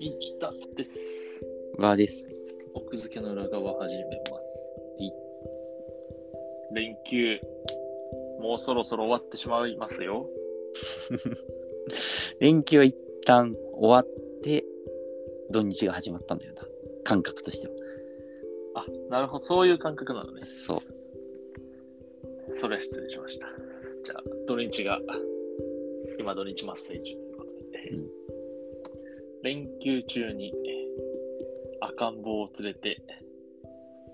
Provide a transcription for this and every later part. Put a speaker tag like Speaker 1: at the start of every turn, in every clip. Speaker 1: インタです。
Speaker 2: わです。
Speaker 1: 奥付けの裏側始めます。連休、もうそろそろ終わってしまいますよ。
Speaker 2: 連休は一旦終わって、土日が始まったんだよな。感覚としては。
Speaker 1: あ、なるほど。そういう感覚なのね。
Speaker 2: そう。
Speaker 1: それは失礼しました。じゃあ、土日が、今土日真っ最中ということで、
Speaker 2: うん
Speaker 1: 連休中に赤ん坊を連れて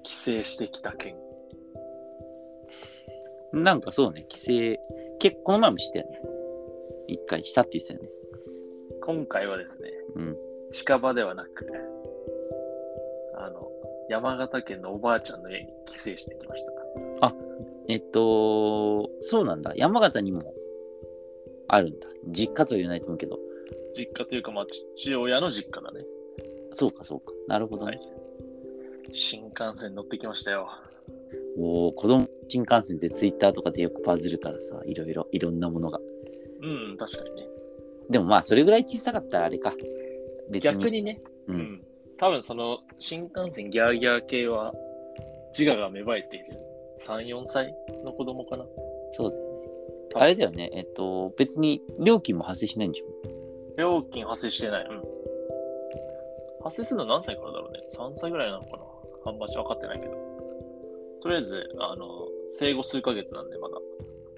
Speaker 1: 帰省してきた件。
Speaker 2: なんかそうね、帰省、結構この前もしたよね。一回したって言ってたよね。
Speaker 1: 今回はですね、
Speaker 2: うん。
Speaker 1: 近場ではなく、あの、山形県のおばあちゃんの家に帰省してきました。
Speaker 2: えっと、そうなんだ。山形にもあるんだ。実家とは言えないと思うけど、
Speaker 1: 実家というか、まあ、父親の実家だね。
Speaker 2: そうかそうか。なるほど
Speaker 1: は
Speaker 2: ね。
Speaker 1: い新幹線乗ってきましたよ。
Speaker 2: おお子供新幹線ってツイッターとかでよくバズるからさ、いろいろ、いろんなものが。
Speaker 1: うん、確かにね。
Speaker 2: でもまあ、それぐらい小さかったらあれか。別に。
Speaker 1: 逆にね、
Speaker 2: う。
Speaker 1: うんん。多分その新幹線ギャーギャー系は自我が芽生えている3、4歳の子供かな。
Speaker 2: そうだよね。あれだよね。えっと、別に料金も発生しないんでしょ
Speaker 1: 料金発生してない。うん。発生するの何歳からだろうね。3歳ぐらいなのかな。あんまし分かってないけど。とりあえず、あの、生後数ヶ月なんでまだ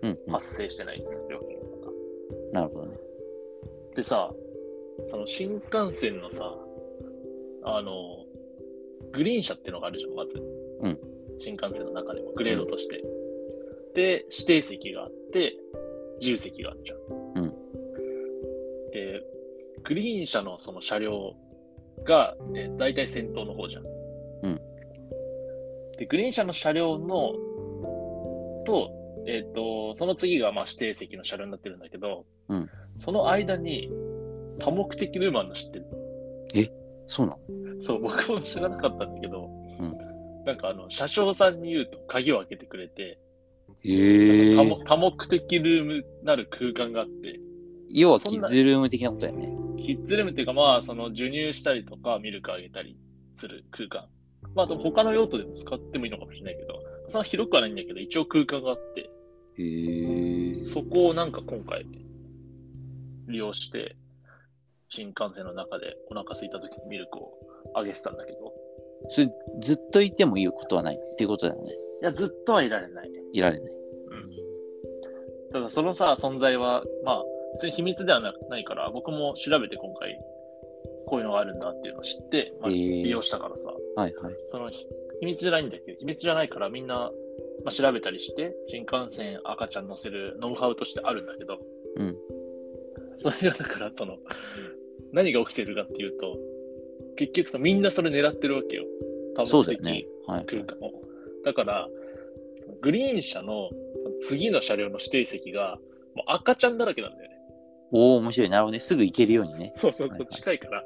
Speaker 2: うん、うん
Speaker 1: 発生してないです、料金は。
Speaker 2: なるほどね。
Speaker 1: でさ、その新幹線のさ、あの、グリーン車っていうのがあるじゃん、まず。
Speaker 2: うん
Speaker 1: 新幹線の中でも、グレードとして。で、指定席があって、自由席があるじゃん。
Speaker 2: うん
Speaker 1: で、グリーン車のその車両が、えー、大体先頭の方じゃん。
Speaker 2: うん
Speaker 1: で、グリーン車の車両の、と、えっ、と、その次がまあ指定席の車両になってるんだけど、
Speaker 2: うん
Speaker 1: その間に、多目的ルーマンの知ってる
Speaker 2: そうなの
Speaker 1: そう、僕も知らなかったんだけど、
Speaker 2: うん
Speaker 1: なんかあの、車掌さんに言うと鍵を開けてくれて、
Speaker 2: へ
Speaker 1: 多目多目的ルームなる空間があって、
Speaker 2: 要は
Speaker 1: そ
Speaker 2: キ
Speaker 1: んな
Speaker 2: ッズルーム的なことだよね。
Speaker 1: キッズルームっていうか、まあ、その授乳したりとか、ミルクあげたりする空間。まあ、あと他の用途でも使ってもいいのかもしれないけど、そんな広くはないんだけど、一応空間があって、
Speaker 2: へえ。
Speaker 1: そこをなんか今回、利用して、新幹線の中でお腹空いた時にミルクをあげてたんだけど、
Speaker 2: それずっといてもいいことはないっていうことだよね。
Speaker 1: いや、ずっとはいられない。
Speaker 2: いられない。
Speaker 1: ただそのさ、存在は、まあ、別に秘密ではなないから、僕も調べて今回、こういうのがあるんだっていうのを知って、まあ、
Speaker 2: へえ
Speaker 1: 利用したからさ、
Speaker 2: はいはい。
Speaker 1: そのひ秘密じゃないんだけど、秘密じゃないからみんな、まあ、調べたりして、新幹線赤ちゃん乗せるノウハウとしてあるんだけど、
Speaker 2: うん
Speaker 1: それがだからその、何が起きてるかっていうと、結局さ、みんなそれ狙ってるわけよ。多
Speaker 2: そう
Speaker 1: 目
Speaker 2: だ
Speaker 1: 的
Speaker 2: よね。はい。
Speaker 1: 空間を。だから、グリーン車の次の車両の指定席が、もう赤ちゃんだらけなんだよね。
Speaker 2: おお、面白い。なるほどね。すぐ行けるようにね。
Speaker 1: そうそう
Speaker 2: は
Speaker 1: そ、
Speaker 2: いうはい
Speaker 1: 近いから。だ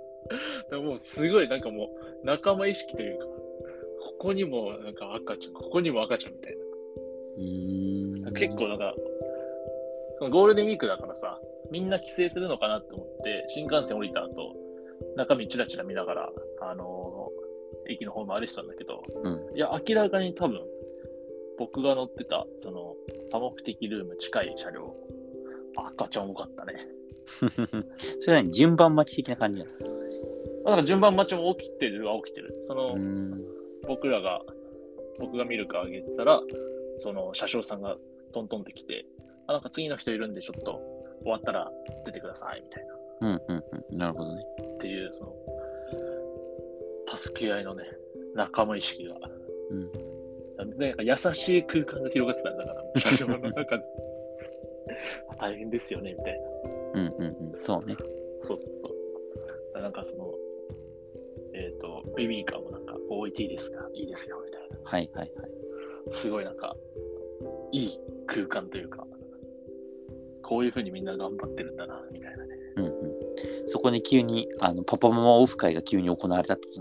Speaker 1: からもうすごいなんかもう仲間意識というか、ここにもなんか赤ちゃん、ここにも赤ちゃんみたいう
Speaker 2: ー
Speaker 1: な。
Speaker 2: ん。
Speaker 1: 結構なんか、そのゴールデンウィークだからさ、みんな帰省するのかなと思って、新幹線降りた後、中身チラチラ見ながら、あのー駅の方も歩いてたんだけど、
Speaker 2: うん。
Speaker 1: いや、明らかに多分、僕が乗ってた、その、多目的ルーム近い車両、赤ちゃん多かったね。
Speaker 2: それは何順番待ち的な感じなの
Speaker 1: だから順番待ちも起きてるは起きてる。その、
Speaker 2: うーん。
Speaker 1: 僕らが、僕がミルクあげてたら、その、車掌さんがトントンって来て、あ、なんか次の人いるんで、ちょっと、終わったら出てください、みたいな。
Speaker 2: うんうんうん。なるほどね。
Speaker 1: っていう、その、助け合いのね、仲間意識が。
Speaker 2: うん。
Speaker 1: なんか優しい空間が広がってたんだから、車掌の中で。 大変ですよね、みたいな。
Speaker 2: うんうんうん。そうね。
Speaker 1: そうそうそう。なんかその、えっ、と、ベビーカーもなんか、置いていいですかいいですよ、みたい
Speaker 2: はいはいはい。
Speaker 1: な。すごいなんか、いい空間というか、こういうふうにみんな頑張ってるんだな、みたい なね。
Speaker 2: うんうん。そこに急に、あの、パパママオフ会が急に行われたってこ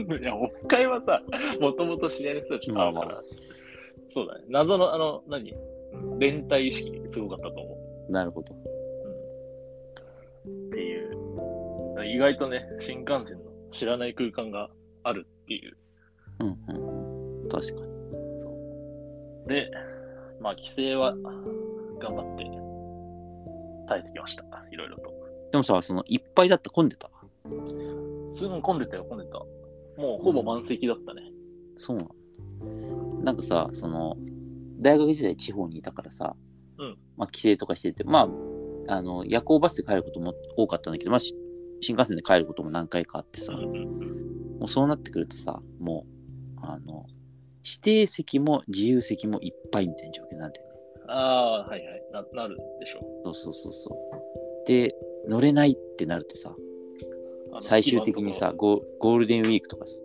Speaker 2: とね。
Speaker 1: いや、オフ会はさ、もともと知り合いの人たちもあるから、そうだね。謎の、あの、何連帯意識すごかったと思
Speaker 2: なるほど。
Speaker 1: う。うん。っていう。だから意外とね、新幹線の知らない空間があるっていう。
Speaker 2: うんうんうん。確かに。
Speaker 1: で、まあ、帰省は頑張って耐えてきました。いろいろと。
Speaker 2: でもさ、そのいっぱいだった混んでた。
Speaker 1: すぐ混んでたよ、混んでた。もうほぼ満席だったね。
Speaker 2: そうなんだ。なんかさ、その、大学時代地方にいたからさ、
Speaker 1: うん
Speaker 2: まあ帰省とかしてて、まあ、あの、夜行バスで帰ることも多かったんだけど、まあ、し新幹線で帰ることも何回かあってさ、
Speaker 1: うんうんうん
Speaker 2: もうそうなってくるとさ、もう、あの、指定席も自由席もいっぱいみたいな状況になんだよね。
Speaker 1: ああ、はいはいな。なるでしょ
Speaker 2: そうそうそうそう。で、乗れないってなるとさ、
Speaker 1: あの
Speaker 2: 最終的にさ、、ゴーゴールデンウィークとかさ、
Speaker 1: ん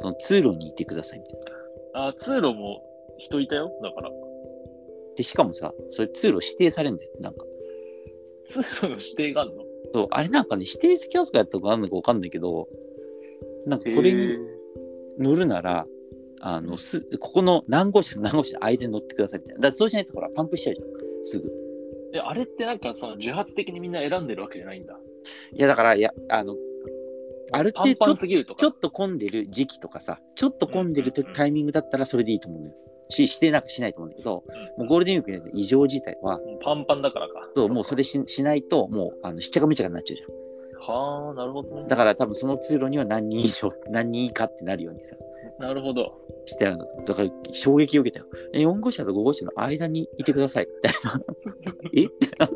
Speaker 2: その通路にいてくださいみたいな。
Speaker 1: あー通路も人いたよ、だから。
Speaker 2: で、しかもさ、それ通路指定されるんだよね、なんか。
Speaker 1: 通路の指定があるの
Speaker 2: そう、あれなんかね、指定席扱いやったかあんのかわかんないけど、なんかこれ
Speaker 1: へ
Speaker 2: に
Speaker 1: ー
Speaker 2: 乗るなら、あのすここの何号車と何号車の間に乗ってくださいみたいな。だからそうしないとほら、パンプしちゃうじゃん、すぐ。
Speaker 1: え、あれってなんかその自発的にみんな選んでるわけじゃないんだ。
Speaker 2: いや、だから、いや、あの、ある
Speaker 1: パン
Speaker 2: 程
Speaker 1: パ
Speaker 2: 度
Speaker 1: ン
Speaker 2: ちょ
Speaker 1: す、ぎるとか。
Speaker 2: ちょっと混んでる時期とかさ、ちょっと混んでるとタイミングだったらそれでいいと思うのよ。し、指定なんかしないと思うんだけど、もうゴールデンウィークで異常事態は、
Speaker 1: うんパンパンだからか。
Speaker 2: そう、もうそ
Speaker 1: れ。
Speaker 2: れししないと、もう、あの、しっちゃかめっちゃかになっちゃうじゃん。
Speaker 1: はあ、なるほどね。
Speaker 2: だから多分その通路には何人以上、何人以下ってなるようにさ、
Speaker 1: なるほど。
Speaker 2: してあるの。だから衝撃を受けたよ。え、4号車と5号車の間にいてください。みたいな。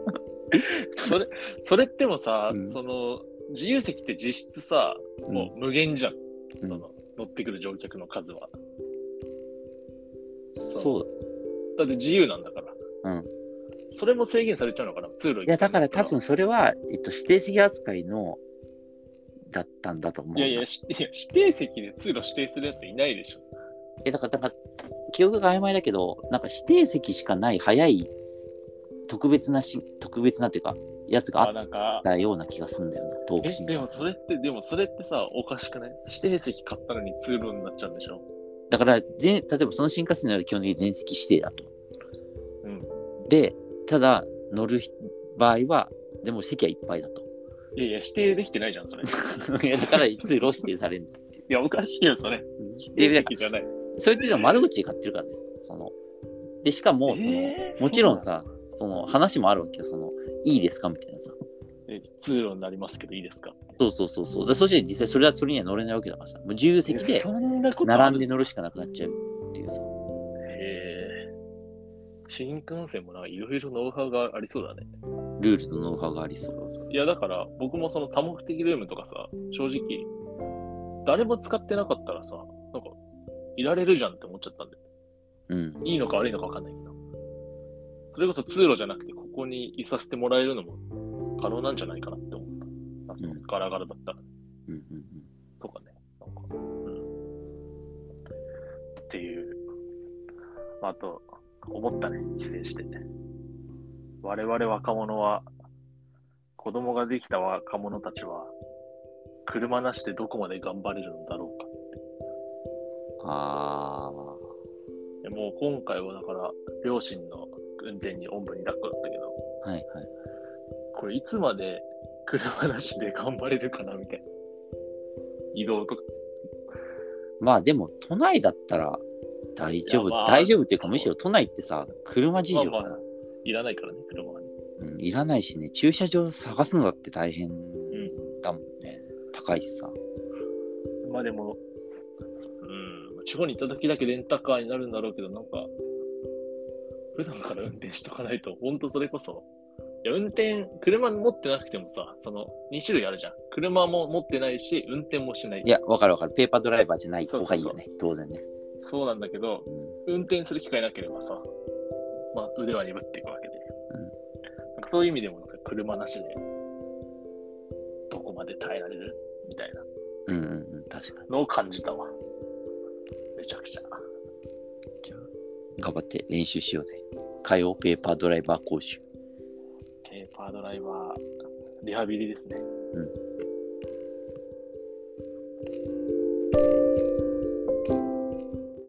Speaker 1: それ、それってもさ、
Speaker 2: うん
Speaker 1: その、自由席って実質さ、もう無限じゃん。
Speaker 2: うん
Speaker 1: その、乗ってくる乗客の数は。
Speaker 2: そう。
Speaker 1: だって自由なんだから。
Speaker 2: うん。
Speaker 1: それも制限されちゃうのかな、通路
Speaker 2: いや、だから多分それは、えっと、指定席扱いの、だったんだと思う。
Speaker 1: いやいや、しいや指定席で通路指定するやついないでしょ。
Speaker 2: え、だから、なんか、記憶が曖昧だけど、なんか指定席しかない早い、特別なし、特別なっていうか、やつがあ
Speaker 1: あ、
Speaker 2: っ
Speaker 1: なんか、
Speaker 2: たような気がすんだよな、東
Speaker 1: え
Speaker 2: 北、新
Speaker 1: で
Speaker 2: 幹
Speaker 1: も
Speaker 2: 線
Speaker 1: それって、でもそれってさ、おかしくない指定席買ったのに通路になっちゃうんでしょ
Speaker 2: だから、全、例えばその新幹線なら基本的に全席指定だと。
Speaker 1: うん。
Speaker 2: で、ただ、乗る人場合は、でも席はいっぱいだと。
Speaker 1: いやいや、指定できてないじゃん、それ。い
Speaker 2: いやだから、通路指定されるんだっていう。
Speaker 1: や、おかしいよ、それ。
Speaker 2: で
Speaker 1: 指定
Speaker 2: だか
Speaker 1: 席じゃない。
Speaker 2: らそれっていうのは窓口で買ってるからね。そので、しかも、その、
Speaker 1: えー
Speaker 2: もちろんさ、その話もあるわけよ。その、いいですかみたいなさ。
Speaker 1: え通路になりますけどいいですか
Speaker 2: そうそうそうそう。でそして実際それはそれには乗れないわけだからさ。もう自由席
Speaker 1: え
Speaker 2: で
Speaker 1: そんなことある
Speaker 2: 並んで乗るしかなくなっちゃうっていうさ。
Speaker 1: へー新幹線もなんかいろいろノウハウがありそうだね。
Speaker 2: ルールとノウハウがありそう。
Speaker 1: いや、だから僕もその多目的ルームとかさ、正直、誰も使ってなかったらさ、なんか、いられるじゃんって思っちゃったんで、
Speaker 2: うん。
Speaker 1: いいのか悪いのかわかんないけど。それこそ通路じゃなくて、ここにいさせてもらえるのも可能なんじゃないかなって思った。あそこ
Speaker 2: うん
Speaker 1: ガラガラだったら
Speaker 2: うんうんうん。
Speaker 1: とかね。なんか、うん。っていう。まあ、あと、思ったね、帰省して。我々若者は、子供ができた若者たちは、車なしでどこまで頑張れるのだろうか。
Speaker 2: あ
Speaker 1: でもう今回はだから、両親の運転におんぶに抱っこだったけど、
Speaker 2: ー。はいはい。
Speaker 1: これいつまで車なしで頑張れるかなみたいな。移動とか。
Speaker 2: まあでも、都内だったら大丈夫。
Speaker 1: いやまあ
Speaker 2: 大丈夫っていうか、むしろ都内ってさ、車事情さ、
Speaker 1: まあまあいらないからね、車はね。
Speaker 2: うん、いらないしね、駐車場探すのだって大変
Speaker 1: ん
Speaker 2: だもんね。高いしさ。
Speaker 1: まあでも、うん、地方に行った時だけレンタカーになるんだろうけど、なんか、普段から運転しとかないと、ほんとそれこそ、いや、運転、車持ってなくてもさ、その、2種類あるじゃん。車も持ってないし、運転もしない。
Speaker 2: いや、わかるわかる。ペーパードライバーじゃない
Speaker 1: そう
Speaker 2: 方
Speaker 1: そ
Speaker 2: が
Speaker 1: う
Speaker 2: いい
Speaker 1: そう
Speaker 2: よね。当然ね。
Speaker 1: そうなんだけど、
Speaker 2: うん
Speaker 1: 運転する機会なければさ、まあ、腕は鈍っていくわけで。
Speaker 2: うん
Speaker 1: なんかそういう意味でも、なんか車なしで、どこまで耐えられるみたいな
Speaker 2: うんうんうん、確かに。
Speaker 1: のを感じたわ。めちゃくちゃ。
Speaker 2: 頑張って練習しようぜ。火曜ペーパードライバー講習。
Speaker 1: ペーパードライバー、リハビリですね。
Speaker 2: う